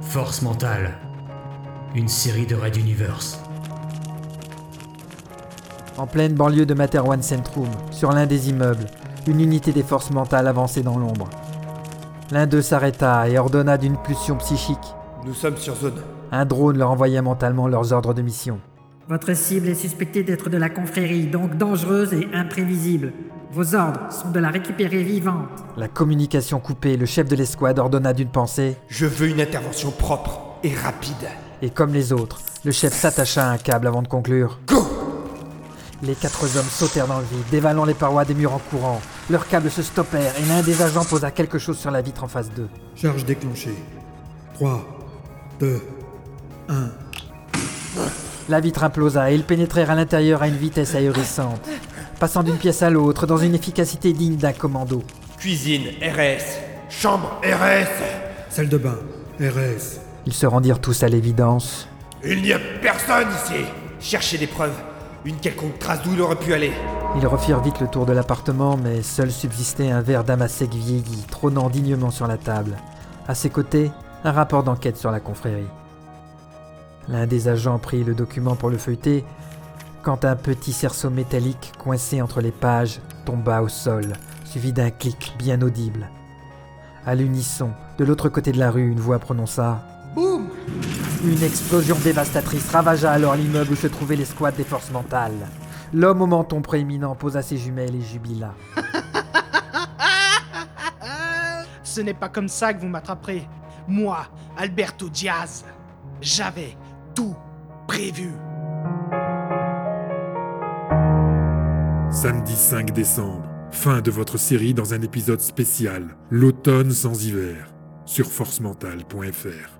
Force mentale. Une série de raids d'universe. En pleine banlieue de Materwan Centrum, sur l'un des immeubles, une unité des forces mentales avançait dans l'ombre. L'un d'eux s'arrêta et ordonna d'une pulsion psychique. Nous sommes sur zone. Un drone leur envoyait mentalement leurs ordres de mission. Votre cible est suspectée d'être de la confrérie, donc dangereuse et imprévisible. Vos ordres sont de la récupérer vivante. La communication coupée, le chef de l'escouade ordonna d'une pensée, Je veux une intervention propre et rapide. et comme les autres, le chef s'attacha à un câble avant de conclure. Go Les quatre hommes sautèrent dans le vide, dévalant les parois des murs en courant. Leurs câbles se stoppèrent et l'un des agents posa quelque chose sur la vitre en face d'eux. Charge déclenchée. 3, 2, La vitre implosa et ils pénétrèrent à l'intérieur à une vitesse ahurissante, passant d'une pièce à l'autre dans une efficacité digne d'un commando. Cuisine, RS. Chambre, RS. salle de bain, RS. Ils se rendirent tous à l'évidence. Il n'y a personne ici. Cherchez des preuves. Une quelconque trace d'où il aurait pu aller. Ils refirent vite le tour de l'appartement, mais seul subsistait un verre d'amassec vieilli, trônant dignement sur la table. À ses côtés, un rapport d'enquête sur la confrérie. L'un des agents prit le document pour le feuilleter, quand un petit cerceau métallique coincé entre les pages tomba au sol, suivi d'un clic bien audible. À l'unisson, de l'autre côté de la rue, une voix prononça Boum une explosion dévastatrice ravagea alors l'immeuble où se trouvait l'escouade des forces mentales. L'homme au menton prééminent posa ses jumelles et jubila. Ce n'est pas comme ça que vous m'attraperez. Moi, Alberto Diaz, j'avais tout prévu. Samedi 5 décembre, fin de votre série dans un épisode spécial, l'automne sans hiver, sur forcementale.fr.